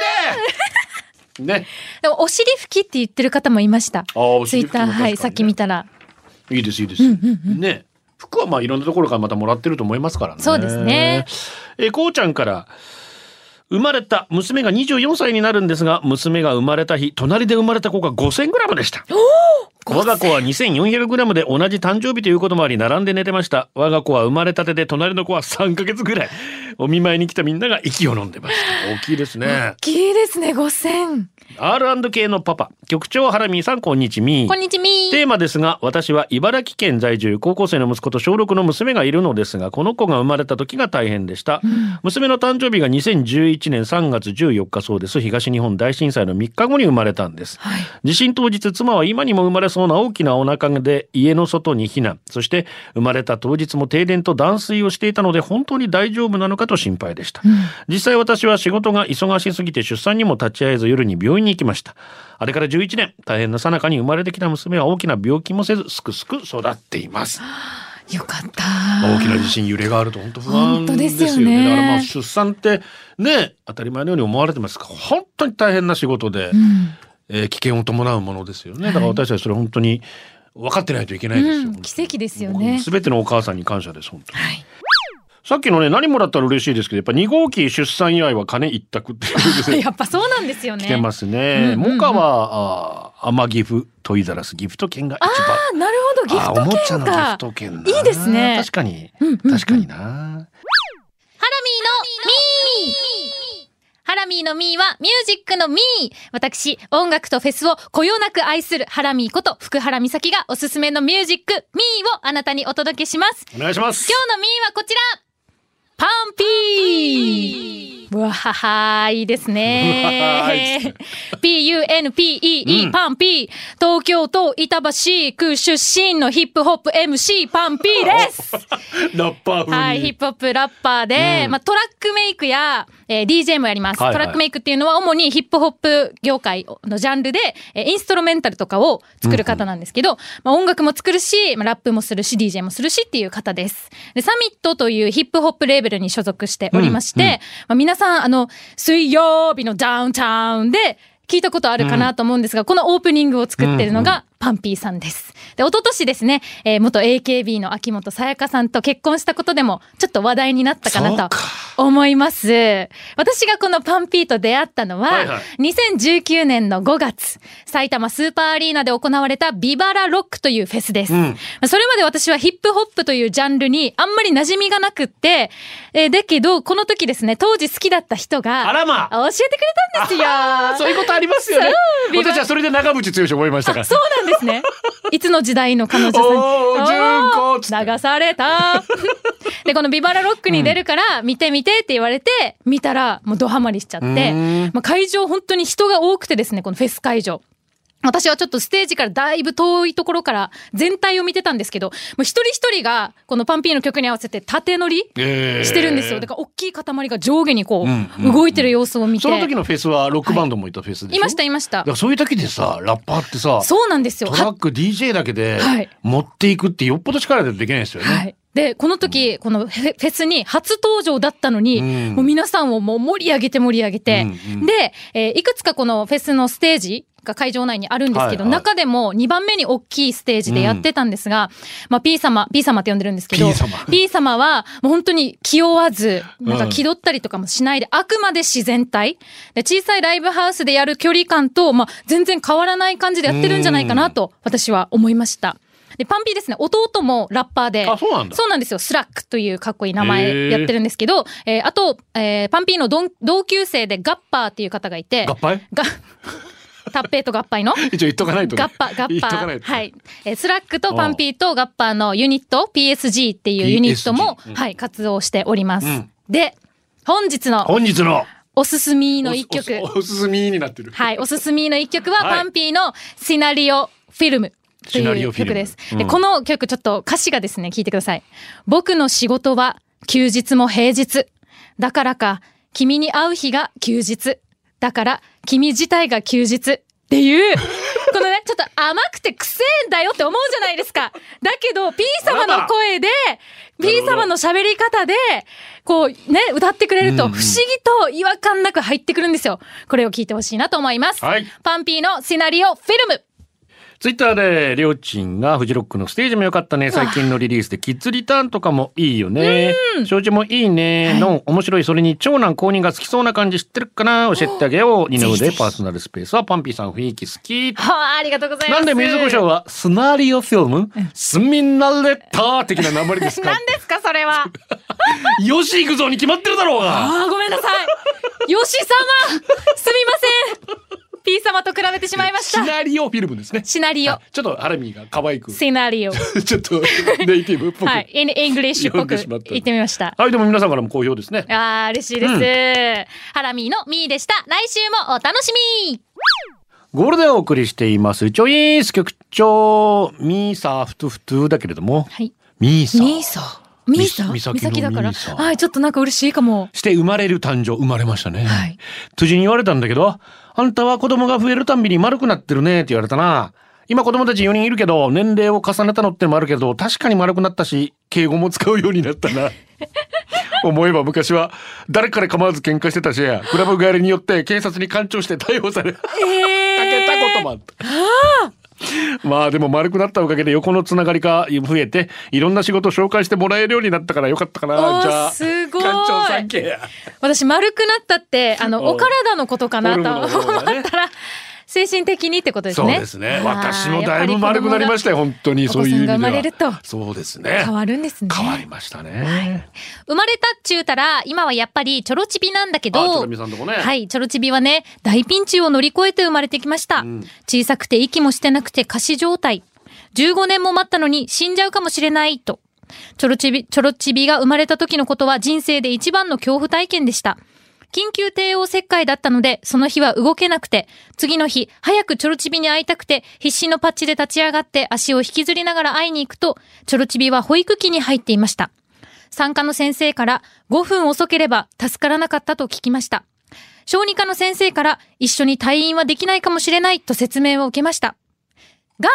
[SPEAKER 1] で ね
[SPEAKER 2] でもお尻拭きって言ってる方もいました
[SPEAKER 1] あーお
[SPEAKER 2] ツイ
[SPEAKER 1] 尻拭
[SPEAKER 2] ッ
[SPEAKER 1] きも
[SPEAKER 2] ター
[SPEAKER 1] 確かにね
[SPEAKER 2] はいさっき見たら
[SPEAKER 1] いいですいいです、ね服はまあいろんなところからまたもらってると思いますからね
[SPEAKER 2] そうですね
[SPEAKER 1] えーこうちゃんから生まれた娘が24歳になるんですが娘が生まれた日隣で生まれた子が 5000g でした我が子は 2400g で同じ誕生日ということもあり並んで寝てました我が子は生まれたてで隣の子は3ヶ月ぐらいお見舞いに来たみんなが息を飲んでました大きいですね
[SPEAKER 2] 大きいですね5000
[SPEAKER 1] R&K のパパ局長ハラミーさんこんにちみ
[SPEAKER 2] こんにちみ
[SPEAKER 1] テーマですが私は茨城県在住高校生の息子と小6の娘がいるのですがこの子が生まれた時が大変でした、娘の誕生日が2011年3月14日そうです東日本大震災の3日後に生まれたんです、地震当日妻は今にも生まれそうな大きなお腹で家の外に避難そして生まれた当日も停電と断水をしていたので本当に大丈夫なのかと心配でした、実際私は仕事が忙しすぎて出産にも立ち会えず夜に病院に行きましたあれから11年大変な最中に生まれてきた娘は大きな病気もせずすくすく育っています
[SPEAKER 2] よかった
[SPEAKER 1] 大きな地震揺れがあると本当不安
[SPEAKER 2] 本当
[SPEAKER 1] で
[SPEAKER 2] ですす
[SPEAKER 1] よね
[SPEAKER 2] よね
[SPEAKER 1] だからまあ出産ってね当たり前のように思われてますが本当に大変な仕事で、えー危険を伴うものですよねだから私たちそれ本当に分かってないといけないですよ、
[SPEAKER 2] うん奇跡ですよね
[SPEAKER 1] すべてのお母さんに感謝です本当に、さっきのね何もらったら嬉しいですけどやっぱ2号機出産祝いは金一択っていうこと で
[SPEAKER 2] やっぱそうなんですよね
[SPEAKER 1] 来てますね。
[SPEAKER 2] うんうんうん
[SPEAKER 1] モカは、あー天岐阜、トイザラス、ギフト券が一番。
[SPEAKER 2] あなるほどギ
[SPEAKER 1] あーおも
[SPEAKER 2] フ
[SPEAKER 1] ちゃ
[SPEAKER 2] ト
[SPEAKER 1] の
[SPEAKER 2] 券
[SPEAKER 1] ギフト券
[SPEAKER 2] か
[SPEAKER 1] ない
[SPEAKER 2] いですね
[SPEAKER 1] 確かに。
[SPEAKER 2] うんうんうん
[SPEAKER 1] 確かにな。
[SPEAKER 2] ハラミーのミーハラミーのミーはミュージックのミー私、音楽とフェスをこよなく愛するハラミーこと福原美咲がおすすめのミュージックミーをあなたにお届けします。
[SPEAKER 1] お願いします。
[SPEAKER 2] 今日のミーはこちらパンピーわははいいです
[SPEAKER 1] うわはーいいです
[SPEAKER 2] ね。P-U-N-P-E-E、
[SPEAKER 1] うん
[SPEAKER 2] パンピー。東京都板橋区出身のヒップホップ MC パンピーです
[SPEAKER 1] ラッパー風に。
[SPEAKER 2] はい、ヒップホップラッパーで、まあ、トラックメイクや、えー DJ もやります、
[SPEAKER 1] はいはい
[SPEAKER 2] トラックメイクっていうのは主にヒップホップ業界のジャンルで、えーインストロメンタルとかを作る方なんですけど、まあ、音楽も作るし、まあ、ラップもするし、DJ もするしっていう方です。で、サミットというヒップホップレーベルに所属しておりまして、まあ、皆さん、あの、水曜日のダウンタウンで、聞いたことあるかなと思うんですが、このオープニングを作ってるのがパンピーさんです。で、一昨年ですね、えー元 AKB の秋元さやかさんと結婚したことでも、ちょっと話題になったか
[SPEAKER 1] そ
[SPEAKER 2] な
[SPEAKER 1] うか
[SPEAKER 2] と思います。私がこのパンピーと出会ったのは、
[SPEAKER 1] はいはい
[SPEAKER 2] 2019年の5月、埼玉スーパーアリーナで行われたビバラロックというフェスです。
[SPEAKER 1] ん
[SPEAKER 2] それまで私はヒップホップというジャンルにあんまり馴染みがなくって、えーだけど、この時ですね、当時好きだった人が、
[SPEAKER 1] あらま
[SPEAKER 2] 教えてくれたん ですよ
[SPEAKER 1] あそういうことありますよね。私はそれで長渕剛思いましたから。
[SPEAKER 2] そうなんですね。いつの時代の彼女さんに。
[SPEAKER 1] おー純子
[SPEAKER 2] おー
[SPEAKER 1] つって
[SPEAKER 2] 流された。 で、このビバラロックに出るから、見て見てって言われて、見たら、もうドハマりしちゃっ
[SPEAKER 1] ん
[SPEAKER 2] て、まあ、会場本当に人が多くてですね、このフェス会場。私はちょっとステージからだいぶ遠いところから全体を見てたんですけど、もう一人一人がこのパンピーの曲に合わせて縦乗り
[SPEAKER 1] えー
[SPEAKER 2] してるんですよ。だから大きい塊が上下にこ
[SPEAKER 1] うんうんう
[SPEAKER 2] うん動いてる様子を見て。
[SPEAKER 1] その時のフェスはロックバンドもいたフェスでしょ
[SPEAKER 2] いましたいまし
[SPEAKER 1] だ
[SPEAKER 2] た
[SPEAKER 1] か。らそういう時でさ、ラッパーってさ、
[SPEAKER 2] そうなんです
[SPEAKER 1] ト
[SPEAKER 2] よ。
[SPEAKER 1] ラック DJ だけで
[SPEAKER 2] はい
[SPEAKER 1] 持っていくってよっぽど力でできないですよね。
[SPEAKER 2] はい。で、この時、このフェフェスに初登場だったのに、
[SPEAKER 1] うん
[SPEAKER 2] もう皆さんをもう盛り上げて盛り上げて、
[SPEAKER 1] うんうん
[SPEAKER 2] で、えーいくつかこのフェスのステージ、が会場内にあるんですけど、
[SPEAKER 1] はいはい
[SPEAKER 2] 中でも2番目に大きいステージでやってたんですが、まあ P 様、P 様って呼んでるんですけど、
[SPEAKER 1] P 様
[SPEAKER 2] P 様はもう本当に気負わず、なん
[SPEAKER 1] う
[SPEAKER 2] か
[SPEAKER 1] ん
[SPEAKER 2] 気取ったりとかもしないで、あくまで自然体。で小さいライブハウスでやる距離感と、まあ全然変わらない感じでやってるんじゃないかなと、私は思いました。で、パンピーですね、弟もラッパーで、
[SPEAKER 1] あそうなんだ
[SPEAKER 2] そうなんですよ。スラックというかっこいい名
[SPEAKER 1] へー
[SPEAKER 2] 前やってるんですけど、えーあと、えーパンピーのどん同級生でガッパーっていう方がいて、
[SPEAKER 1] 合杯
[SPEAKER 2] がタッペイとガッパイの
[SPEAKER 1] 一応 言っとかないとね。
[SPEAKER 2] ガッパ、ガ
[SPEAKER 1] 言
[SPEAKER 2] ッ
[SPEAKER 1] っとか
[SPEAKER 2] パ
[SPEAKER 1] ない
[SPEAKER 2] ー。
[SPEAKER 1] と。
[SPEAKER 2] はい。えースラックとパンピーとガッパーのユニット、PSG っていうユニットも、
[SPEAKER 1] PSG うん
[SPEAKER 2] はい、活動しております。
[SPEAKER 1] ん
[SPEAKER 2] で、本日の
[SPEAKER 1] 本日の
[SPEAKER 2] おすすめの一曲。
[SPEAKER 1] おおおすすめになってる。
[SPEAKER 2] はい、おすすめの一曲は、
[SPEAKER 1] はい
[SPEAKER 2] パンピーのシナリオフィルム。と
[SPEAKER 1] シナリ
[SPEAKER 2] い
[SPEAKER 1] オ
[SPEAKER 2] う
[SPEAKER 1] フィルム
[SPEAKER 2] 曲です、
[SPEAKER 1] うん
[SPEAKER 2] で。この曲ちょっと歌詞がですね、聞いてください。僕の仕事は休日も平日。だからか、君に会う日が休日。だから、君自体が休日。っていう、このね、 ちょっと甘くてくせえんだよって思うじゃないですか。だけど、P 様の声で、P 様の喋り方で、こうね、歌ってくれると、不思議と違和感なく入ってくるんですよ。これを聞いてほしいなと思います。
[SPEAKER 1] はい
[SPEAKER 2] パンピーのシナリオフィルム。
[SPEAKER 1] ツイッターで、りょうちんがフジロックのステージも良かったね。最近のリリースで、キッズリターンとかもいいよね。承知もいいね。の、面白い。それに、長男公認が好きそうな感じ知ってるかな教えてあげよう。二の腕パーソナルスペースは、パンピーさん雰囲気好き。
[SPEAKER 2] はあ、ありがとうござい
[SPEAKER 1] な
[SPEAKER 2] ます。
[SPEAKER 1] んで水子賞は、スナリオフィルム、スミナレター的な名前ですか
[SPEAKER 2] 何ですか、そ れは。
[SPEAKER 1] よし行くぞに決まってるだろうが
[SPEAKER 2] ああ、ごめんなさ い。よし様、すみません。P 様と比べてしまいまし
[SPEAKER 1] シ
[SPEAKER 2] た。
[SPEAKER 1] ナリオフィルムですね。
[SPEAKER 2] シナリオ
[SPEAKER 1] あ。ちょっとハラミーが可愛く、 ち
[SPEAKER 2] シナリオ。
[SPEAKER 1] ょっとネイティブっぽく。
[SPEAKER 2] は
[SPEAKER 1] はいい。。
[SPEAKER 2] in English っ
[SPEAKER 1] 読
[SPEAKER 2] ぽ
[SPEAKER 1] ん
[SPEAKER 2] く
[SPEAKER 1] でしまった
[SPEAKER 2] 言ってみました。
[SPEAKER 1] でも皆さんからも好評ですね。
[SPEAKER 2] ああ、嬉しいです。ハラミーのミーでした。来週もお楽しみ
[SPEAKER 1] ゴールデンをお送りしています。チョイース局長、ミーサーフトゥフトゥだけれども、
[SPEAKER 2] はい。
[SPEAKER 1] ミーサ
[SPEAKER 2] ミー
[SPEAKER 1] ー。
[SPEAKER 2] サー。ミーサ
[SPEAKER 1] み
[SPEAKER 2] ー
[SPEAKER 1] みさきの
[SPEAKER 2] だから。
[SPEAKER 1] ミーサー
[SPEAKER 2] はい、ちょっとなんか嬉しいかも。
[SPEAKER 1] して生まれる誕生、生まれましたね。
[SPEAKER 2] はい。
[SPEAKER 1] 辻に言われたんだけど、あんたは子供が増えるたんびに丸くなってるねって言われたな。今子供たち4人いるけど、年齢を重ねたのってのもあるけど、確かに丸くなったし、敬語も使うようになったな。 思えば昔は、誰から構わず喧嘩してたし、クラブ帰りによって警察に干潮して逮捕され、けたこともあった。まあでも丸くなったおかげで横のつながりが増えていろんな仕事紹介してもらえるようになったからよかったか
[SPEAKER 2] お
[SPEAKER 1] な
[SPEAKER 2] ー
[SPEAKER 1] じゃあ
[SPEAKER 2] すごい
[SPEAKER 1] 館長さんけや
[SPEAKER 2] 私、丸くなったって、あ
[SPEAKER 1] う
[SPEAKER 2] の、
[SPEAKER 1] ん
[SPEAKER 2] お体のことかなと
[SPEAKER 1] フォルム
[SPEAKER 2] 思
[SPEAKER 1] の
[SPEAKER 2] っ
[SPEAKER 1] 方がね
[SPEAKER 2] たら、精神的にってことです
[SPEAKER 1] そう
[SPEAKER 2] ね。
[SPEAKER 1] ですね。
[SPEAKER 2] あー
[SPEAKER 1] 私もだいぶ丸くなりましたよ、本当に。
[SPEAKER 2] お
[SPEAKER 1] そ
[SPEAKER 2] 子
[SPEAKER 1] ういう意味
[SPEAKER 2] さ
[SPEAKER 1] で
[SPEAKER 2] んが
[SPEAKER 1] は。
[SPEAKER 2] 生まれると
[SPEAKER 1] そうですね。
[SPEAKER 2] 変わるんですね。
[SPEAKER 1] 変わりましたね。
[SPEAKER 2] 生まれたっちゅうたら、今はやっぱりちょろちびなんだけ
[SPEAKER 1] あちょ
[SPEAKER 2] ど、
[SPEAKER 1] ろみさんとこね
[SPEAKER 2] はい、ちょろちびはね、大ピンチを乗り越えて生まれてきました。小さくて息もしてなくて仮死状態。15年も待ったのに死んじゃうかもしれない、と。ちょろちび、ちょろちびが生まれた時のことは人生で一番の恐怖体験でした。緊急帝王切開だったので、その日は動けなくて、次の日、早くチョロチビに会いたくて、必死のパッチで立ち上がって足を引きずりながら会いに行くと、チョロチビは保育器に入っていました。産科の先生から5分遅ければ助からなかったと聞きました。小児科の先生から一緒に退院はできないかもしれないと説明を受けました。が、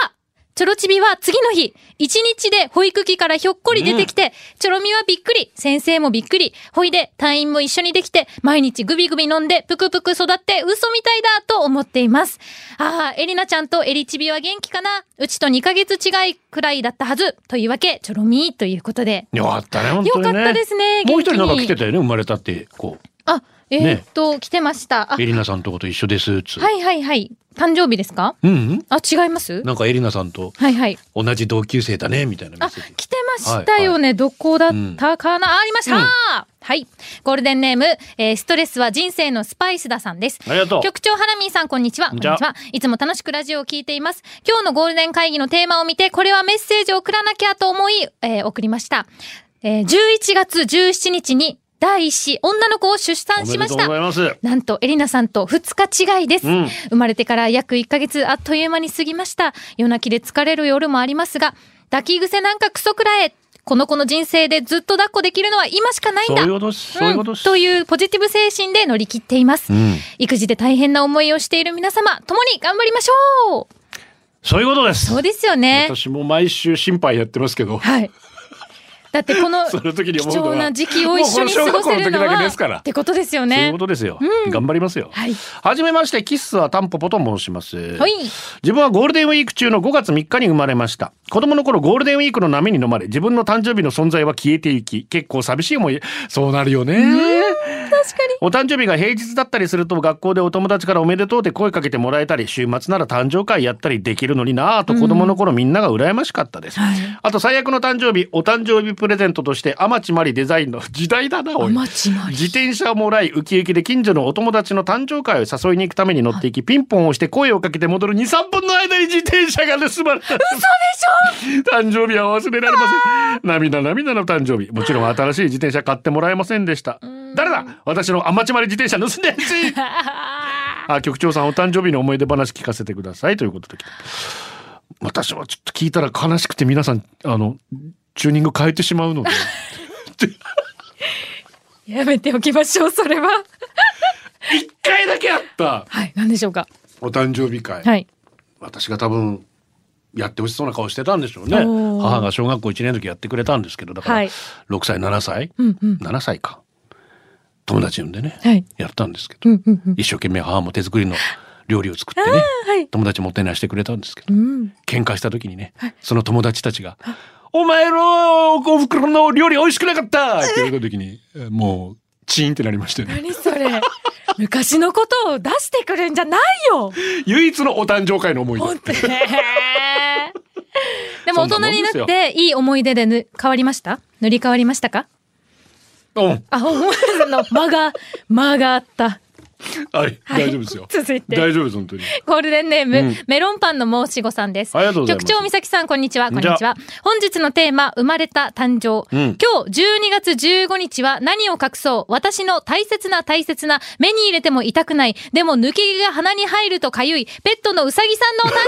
[SPEAKER 2] チョロチビは次の日、一日で保育器からひょっこり出てきて、チョロミはびっくり、先生もびっくり、ほいで退院も一緒にできて、毎日グビグビ飲んで、ぷくぷく育って、嘘みたいだと思っています。ああ、エリナちゃんとエリチビは元気かなうちと2ヶ月違いくらいだったはず。というわけ、チョロミーということで。
[SPEAKER 1] よかったね、本当にね。
[SPEAKER 2] よかったですね
[SPEAKER 1] もう一人
[SPEAKER 2] 元気
[SPEAKER 1] な
[SPEAKER 2] に
[SPEAKER 1] んか来てたよね、生まれたって、こ
[SPEAKER 2] あ、えーっと、来てました。あ、
[SPEAKER 1] う。エリナさんとこと一緒です、つ。
[SPEAKER 2] はいはいはい。誕生日ですか
[SPEAKER 1] うんうん。
[SPEAKER 2] あ、違います
[SPEAKER 1] なんかエリナさんと
[SPEAKER 2] はいはい。
[SPEAKER 1] 同じ同級生だね、みたいなメッ
[SPEAKER 2] あ、
[SPEAKER 1] セージ。
[SPEAKER 2] 来てましたよね。どこだったかな、あありました、
[SPEAKER 1] うん
[SPEAKER 2] はい。ゴールデンネーム、えーストレスは人生のスパイスださんです。
[SPEAKER 1] ありがとう
[SPEAKER 2] 局長ハラミーさん、こんにちは。こ
[SPEAKER 1] こ
[SPEAKER 2] ん
[SPEAKER 1] ん
[SPEAKER 2] に
[SPEAKER 1] に
[SPEAKER 2] ち
[SPEAKER 1] ちは
[SPEAKER 2] は。いつも楽しくラジオを聞いています。今日のゴールデン会議のテーマを見て、これはメッセージを送らなきゃと思い、えー送りました。えー11月17日に、第一子、女の子を出
[SPEAKER 1] お
[SPEAKER 2] 産
[SPEAKER 1] め
[SPEAKER 2] し
[SPEAKER 1] で
[SPEAKER 2] ま
[SPEAKER 1] と
[SPEAKER 2] し
[SPEAKER 1] うご
[SPEAKER 2] た。
[SPEAKER 1] ざいます。
[SPEAKER 2] なんとエリナさんと2日違いです、
[SPEAKER 1] うん
[SPEAKER 2] 生まれてから約1ヶ月あっという間に過ぎました夜泣きで疲れる夜もありますが抱き癖なんかクソくらえこの子の人生でずっと抱っこできるのは今しかないん
[SPEAKER 1] そう
[SPEAKER 2] だ
[SPEAKER 1] いうことです。そういうこと
[SPEAKER 2] うん
[SPEAKER 1] です。
[SPEAKER 2] というポジティブ精神で乗り切っています、
[SPEAKER 1] ん
[SPEAKER 2] 育児で大変な思いをしている皆様共に頑張りましょう
[SPEAKER 1] そういうことです。
[SPEAKER 2] そうですよね
[SPEAKER 1] 私も毎週心配やってますけど。
[SPEAKER 2] はいだってこ の
[SPEAKER 1] その時に
[SPEAKER 2] 貴
[SPEAKER 1] 思うのは
[SPEAKER 2] 重な時期を一緒に
[SPEAKER 1] もう
[SPEAKER 2] 過
[SPEAKER 1] この小
[SPEAKER 2] ご
[SPEAKER 1] 学校
[SPEAKER 2] せ
[SPEAKER 1] の時
[SPEAKER 2] るの
[SPEAKER 1] だけ
[SPEAKER 2] は
[SPEAKER 1] ですから
[SPEAKER 2] ってことですよ
[SPEAKER 1] そういう
[SPEAKER 2] ね
[SPEAKER 1] ことですよ。
[SPEAKER 2] うん
[SPEAKER 1] 頑張りますよ。
[SPEAKER 2] はい
[SPEAKER 1] はじめまして、キッスはタンポポと申します。
[SPEAKER 2] はい
[SPEAKER 1] 自分はゴールデンウィーク中の5月3日に生まれました。子供の頃ゴールデンウィークの波に飲まれ、自分の誕生日の存在は消えていき、結構寂しい思い、そうなるよね。
[SPEAKER 2] 確かに
[SPEAKER 1] お誕生日が平日だったりすると学校でお友達からおめでとうって声かけてもらえたり週末なら誕生会やったりできるのになぁと子供の頃みんなが羨ましかったです、あと最悪の誕生日お誕生日プレゼントとして天地まりデザインの時代だなおい
[SPEAKER 2] 天地真理
[SPEAKER 1] 自転車をもらいウキウキで近所のお友達の誕生会を誘いに行くために乗っていきピンポンを押して声をかけて戻る23分の間に自転車が盗まれた 誕生日は忘れられません。涙涙の誕生日。もちろん新しい自転車買ってもらえませんでした。誰だ私のアマチュア自転車盗んでほ しいあ、局長さんお誕生日の思い出話聞かせてくださいということで来た私はちょっと 聞いたら悲しくて皆さん、あの、チューニング変えてしまうので。
[SPEAKER 2] やめておきましょうそれは
[SPEAKER 1] 一回だけあった
[SPEAKER 2] はい何でしょうか
[SPEAKER 1] お誕生日会、
[SPEAKER 2] はい
[SPEAKER 1] 私が多分やってほしそうな顔してたんでしょうね
[SPEAKER 2] おー
[SPEAKER 1] 母が小学校1年の時やってくれたんですけどだから
[SPEAKER 2] は
[SPEAKER 1] 6
[SPEAKER 2] い
[SPEAKER 1] 歳7歳、
[SPEAKER 2] うんうん
[SPEAKER 1] 7歳か友達呼んでね、
[SPEAKER 2] はい
[SPEAKER 1] やったんですけど、
[SPEAKER 2] うんうんうん
[SPEAKER 1] 一生懸命母も手作りの料理を作ってね
[SPEAKER 2] はい
[SPEAKER 1] 友達もてなしてくれたんですけど
[SPEAKER 2] うん
[SPEAKER 1] 喧嘩した時にね、その友達たちが「お前のお袋の料理美味しくなかった!」って言われた時にもうチーンってなりましたよね
[SPEAKER 2] 何そ れ昔のことを出してくるんじゃないよ
[SPEAKER 1] 唯一のお誕生会の思い
[SPEAKER 2] 本
[SPEAKER 1] 出
[SPEAKER 2] 当にでも
[SPEAKER 1] そ
[SPEAKER 2] 大
[SPEAKER 1] んなもん
[SPEAKER 2] 人に
[SPEAKER 1] です
[SPEAKER 2] な
[SPEAKER 1] よ
[SPEAKER 2] っていい思い出でぬ変わりました塗り替わりましたか
[SPEAKER 1] うん
[SPEAKER 2] あ、思わずの間が、間があった。
[SPEAKER 1] はい
[SPEAKER 2] はい
[SPEAKER 1] 大丈夫ですよ
[SPEAKER 2] 続いて
[SPEAKER 1] 大丈夫です本当に
[SPEAKER 2] ゴールデンネーム、
[SPEAKER 1] うん
[SPEAKER 2] メロンパンの申し子さんです。
[SPEAKER 1] ありがとうございます
[SPEAKER 2] 局長、美咲さん、こんにちは。こんにち
[SPEAKER 1] じゃ
[SPEAKER 2] は。本日のテーマ、生まれた誕生。
[SPEAKER 1] うん
[SPEAKER 2] 今日、12月15日は何を隠そう私の大切な大切な、目に入れても痛くない、でも抜け毛が鼻に入るとかゆい、ペットのうさぎさんのお誕生日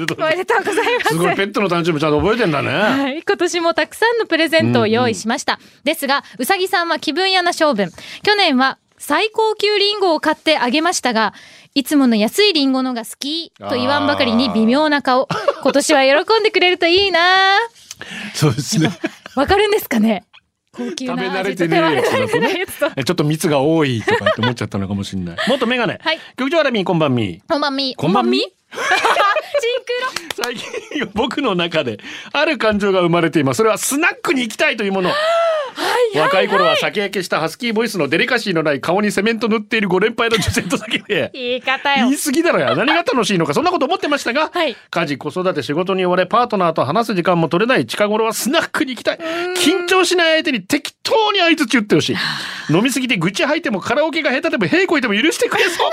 [SPEAKER 1] おめでと
[SPEAKER 2] です。
[SPEAKER 1] う
[SPEAKER 2] おめでとうございます。
[SPEAKER 1] すごいペットの誕生日ちゃんと覚えてんだね
[SPEAKER 2] はい、今年もたくさんのプレゼントを用意しました。ですが、うさぎさんは気分屋な性分。去年は最高級リンゴを買ってあげましたが、いつもの安いリンゴのが好きと言わんばかりに微妙な顔。今年は喜んでくれるといいな
[SPEAKER 1] そうですね
[SPEAKER 2] わかるんですかね高級な味と
[SPEAKER 1] 食べ慣れてねえやつだとね
[SPEAKER 2] 食べ慣れてないやつと。
[SPEAKER 1] ちょっと蜜が多いとかって思っちゃったのかもしれないもっとメガネ
[SPEAKER 2] はい
[SPEAKER 1] 局長アラミーこんばんみ
[SPEAKER 2] こんばんみ。
[SPEAKER 1] こんばんみ
[SPEAKER 2] こシンク
[SPEAKER 1] 最近僕の中である感情が生まれていますそれはスナックに行きたいというもの若い頃は酒焼けしたハスキーボイスのデリカシーのない顔にセメント塗っているご連敗の女性とだけで
[SPEAKER 2] ロ言い方よ
[SPEAKER 1] 言い。過ぎだろ や何が楽しいのかそんなこと思ってましたが、
[SPEAKER 2] はい
[SPEAKER 1] 家事子育て仕事に追われパートナーと話す時間も取れない近頃はスナックに行きたい緊張しない相手に適当に相槌打ってほしい飲みすぎて愚痴吐いてもカラオケが下手でも平こいても許してくれそう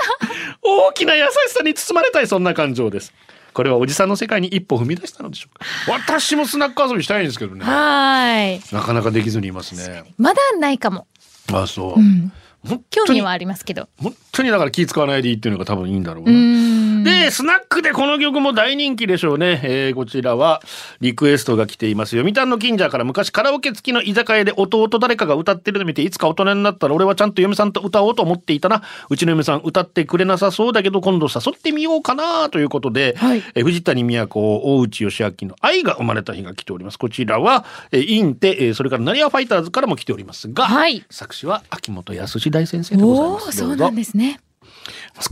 [SPEAKER 1] 大きな優しさに包まれたいそんな感情ですこれはおじさんの世界に一歩踏み出したのでしょうか私もスナック遊びしたいんですけどねな
[SPEAKER 2] はーい。
[SPEAKER 1] かなかできずにいますね
[SPEAKER 2] まだないかも。
[SPEAKER 1] あそう、
[SPEAKER 2] うん。
[SPEAKER 1] 本
[SPEAKER 2] 興
[SPEAKER 1] 当
[SPEAKER 2] 味
[SPEAKER 1] に
[SPEAKER 2] はありますけど。
[SPEAKER 1] 本当にだから気使わないでいいっていうのが多分いいんだろうな、
[SPEAKER 2] うーん。
[SPEAKER 1] で、スナックでこの曲も大人気でしょうね。えーこちらはリクエストが来ています。読谷の近所から昔カラオケ付きの居酒屋で弟誰かが歌ってるの見て、いつか大人になったら俺はちゃんと嫁さんと歌おうと思っていたな。うちの嫁さん歌ってくれなさそうだけど今度誘ってみようかなということで、
[SPEAKER 2] はい
[SPEAKER 1] えー藤谷美也子、大内義明の愛が生まれた日が来ております。こちらは、えーインテ、えーそれからナリアファイターズからも来ておりますが、
[SPEAKER 2] はい
[SPEAKER 1] 作詞は秋元康大先生でござい
[SPEAKER 2] おお
[SPEAKER 1] ま
[SPEAKER 2] ー、
[SPEAKER 1] す。
[SPEAKER 2] そうなんですね。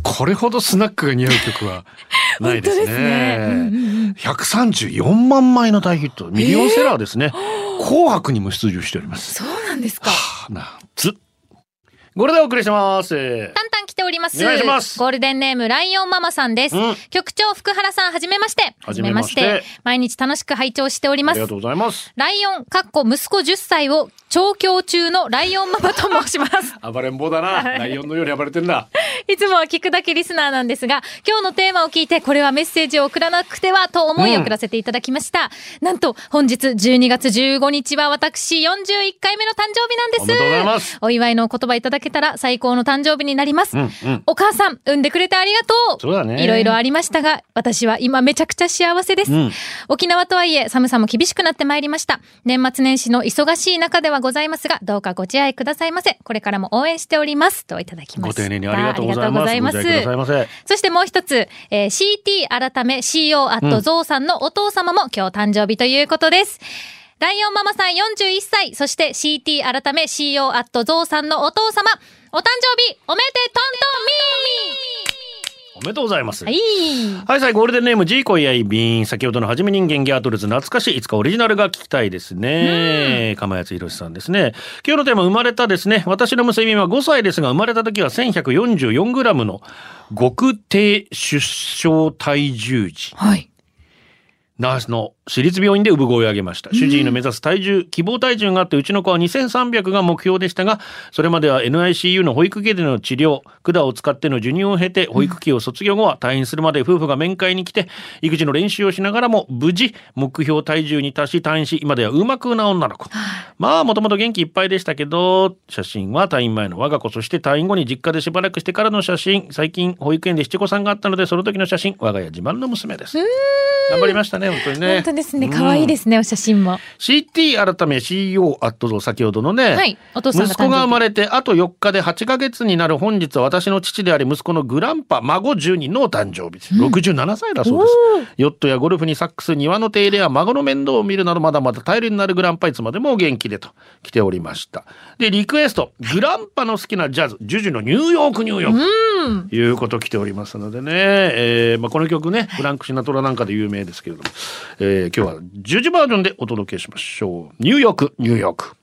[SPEAKER 1] これほどスナックが似合う曲はないです
[SPEAKER 2] 本当ですねうんうん
[SPEAKER 1] ね。134万枚の大ヒット、ミリオンセラーですね。紅白にも出場しております。
[SPEAKER 2] そうなんですか。
[SPEAKER 1] 夏。これでお送りします。
[SPEAKER 2] タンタン来ております。
[SPEAKER 1] お願いします
[SPEAKER 2] ゴールデンネーム、ライオンママさんです。
[SPEAKER 1] うん
[SPEAKER 2] 局長、福原さん、はじめまして。
[SPEAKER 1] はじめまして
[SPEAKER 2] はじめまして毎日楽しく拝聴しており
[SPEAKER 1] あ
[SPEAKER 2] ま
[SPEAKER 1] り
[SPEAKER 2] す
[SPEAKER 1] がと。うございます。
[SPEAKER 2] ライオン、かっこ息子10歳を調教中のライオンママと申します。
[SPEAKER 1] 暴れん坊だな。ライオンのように暴れてんだ。
[SPEAKER 2] いつもは聞くだけリスナーなんですが、今日のテーマを聞いて、これはメッセージを送らなくてはと思い
[SPEAKER 1] うん
[SPEAKER 2] 送らせていただきました。なんと、本日12月15日は私41回目の誕生日なんです。
[SPEAKER 1] おめでとうございます
[SPEAKER 2] お祝いのお言葉いただけたら最高の誕生日になります。
[SPEAKER 1] うんうん
[SPEAKER 2] お母さん、産んでくれてありがとう。
[SPEAKER 1] そうだね
[SPEAKER 2] いろいろありましたが、私は今めちゃくちゃ幸せです。
[SPEAKER 1] うん
[SPEAKER 2] 沖縄とはいえ、寒さも厳しくなってまいりました。年末年始の忙しい中ではございますが、どうかご自愛くださいませ。これからも応援しております。といただきま
[SPEAKER 1] ご
[SPEAKER 2] した。
[SPEAKER 1] 丁寧にありがとうございます。
[SPEAKER 2] ありがとう
[SPEAKER 1] ご
[SPEAKER 2] ご
[SPEAKER 1] 自
[SPEAKER 2] ざ
[SPEAKER 1] 愛
[SPEAKER 2] い
[SPEAKER 1] ください
[SPEAKER 2] ます。
[SPEAKER 1] ませ。
[SPEAKER 2] そしてもう一つ、えー CT 改め CO アットゾウさんのお父様も今日誕生日ということです。ライオンママさん41歳、そして CT 改め CO アットゾウさんのお父様、お誕生日おめでと
[SPEAKER 1] おめでとうございます。
[SPEAKER 2] んとんみーはい。
[SPEAKER 1] はい、さあ、ゴールデンネーム、ジーコイアイビーン。先ほどのはじめ人間ギャートルズ、懐かしい。いつかオリジナルが聞きたいですね。釜谷つひろしさんですね。今日のテーマ、生まれたですね。私の娘は5歳ですが、生まれた時は1144グラムの極低出生体重児。
[SPEAKER 2] はい。
[SPEAKER 1] ナースの私立病院で産声を上げました。主治医の目指す体重、希望体重があって、うちの子は2300が目標でしたが、それまでは NICU の保育器での治療、管を使っての授乳を経て、保育器を卒業後は退院するまで夫婦が面会に来て、育児の練習をしながらも、無事、目標体重に達し退院し、今ではうまくな女の子。まあ、もともと元気いっぱいでしたけど、写真は退院前の我が子、そして退院後に実家でしばらくしてからの写真、最近保育園で七五三があったので、その時の写真、我が家自慢の娘です。頑張りましたね。ね、本当にね。。
[SPEAKER 2] 本当ですね可愛いですすね、お写真も
[SPEAKER 1] CT 改め CEO アット先ほどのね、
[SPEAKER 2] はいお父さんが誕生
[SPEAKER 1] 息
[SPEAKER 2] 日
[SPEAKER 1] 子が生まれてあと4日で8ヶ月になる本日は私の父であり息子のグランパ孫10人のお誕生日です、67歳だそうですヨットやゴルフにサックス庭の手入れや孫の面倒を見るなどまだまだ頼りになるグランパいつまでもお元気でと来ておりましたでリクエストグランパの好きなジャズジュジュのニューヨークニューヨーク、いうこと来ておりますのでね、えーまあ、この曲ねフランク・シナトラなんかで有名ですけれども、えー今日は10時バージョンでお届けしましょうニューヨークニューヨーク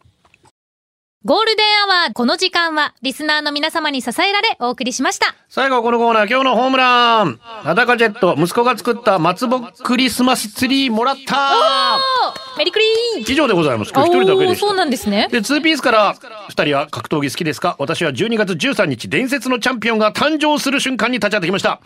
[SPEAKER 2] ゴールデンアワーこの時間はリスナーの皆様に支えられお送りしました
[SPEAKER 1] 最後はこのコーナー今日のホームラン裸ジェット息子が作った松ぼっくりスマスツリーもらった
[SPEAKER 2] おメリークリーン
[SPEAKER 1] 以上でございます今日一人だけでした
[SPEAKER 2] そうなんですね
[SPEAKER 1] で、2ピースから、2人は格闘技好きですか私は12月13日、伝説のチャンピオンが誕生する瞬間に立ち会ってきました。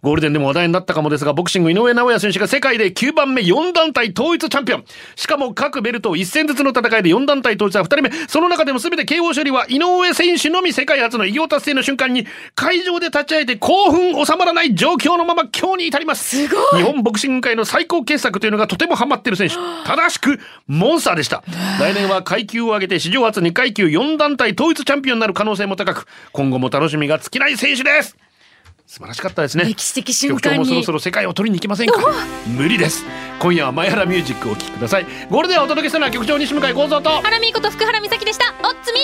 [SPEAKER 1] ゴールデンでも話題になったかもですが、ボクシング井上尚弥選手が世界で9番目4団体統一チャンピオン。しかも各ベルトを1戦ずつの戦いで4団体統一は2人目。その中でも全て KO 処理は井上選手のみ世界初の偉業達成の瞬間に、会場で立ち会えて興奮収まらない状況のまま今日に至ります。すごい日本ボクシング界の最高傑作というのがとてもハマってる選手。正しく、モンスターでした。来年は階級を上げて史上初2階級4団体統一チャンピオンになる可能性も高く、今後も楽しみが尽きない選手です。素晴らしかったですね。
[SPEAKER 2] 歴史的瞬間に
[SPEAKER 1] 局長もそろそろ世界を取りに行きませんか無理です。今夜は前原ミュージックをお聴きください。ゴールデンをお届けしたのは局長西向井幸三と。
[SPEAKER 2] ハラミーこと福原美咲でしたおっつみ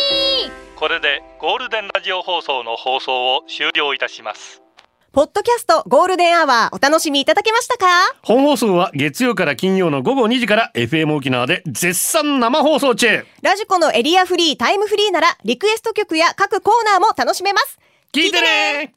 [SPEAKER 2] ー
[SPEAKER 3] これでゴールデンラジオ放送の放送を終了いたします
[SPEAKER 4] ポッドキャストゴールデンアワーお楽しみいただけましたか
[SPEAKER 1] 本放送は月曜から金曜の午後2時から FM 沖縄で絶賛生放送中。
[SPEAKER 4] ラジコのエリアフリータイムフリーならリクエスト曲や各コーナーも楽しめます。
[SPEAKER 1] 聞いてね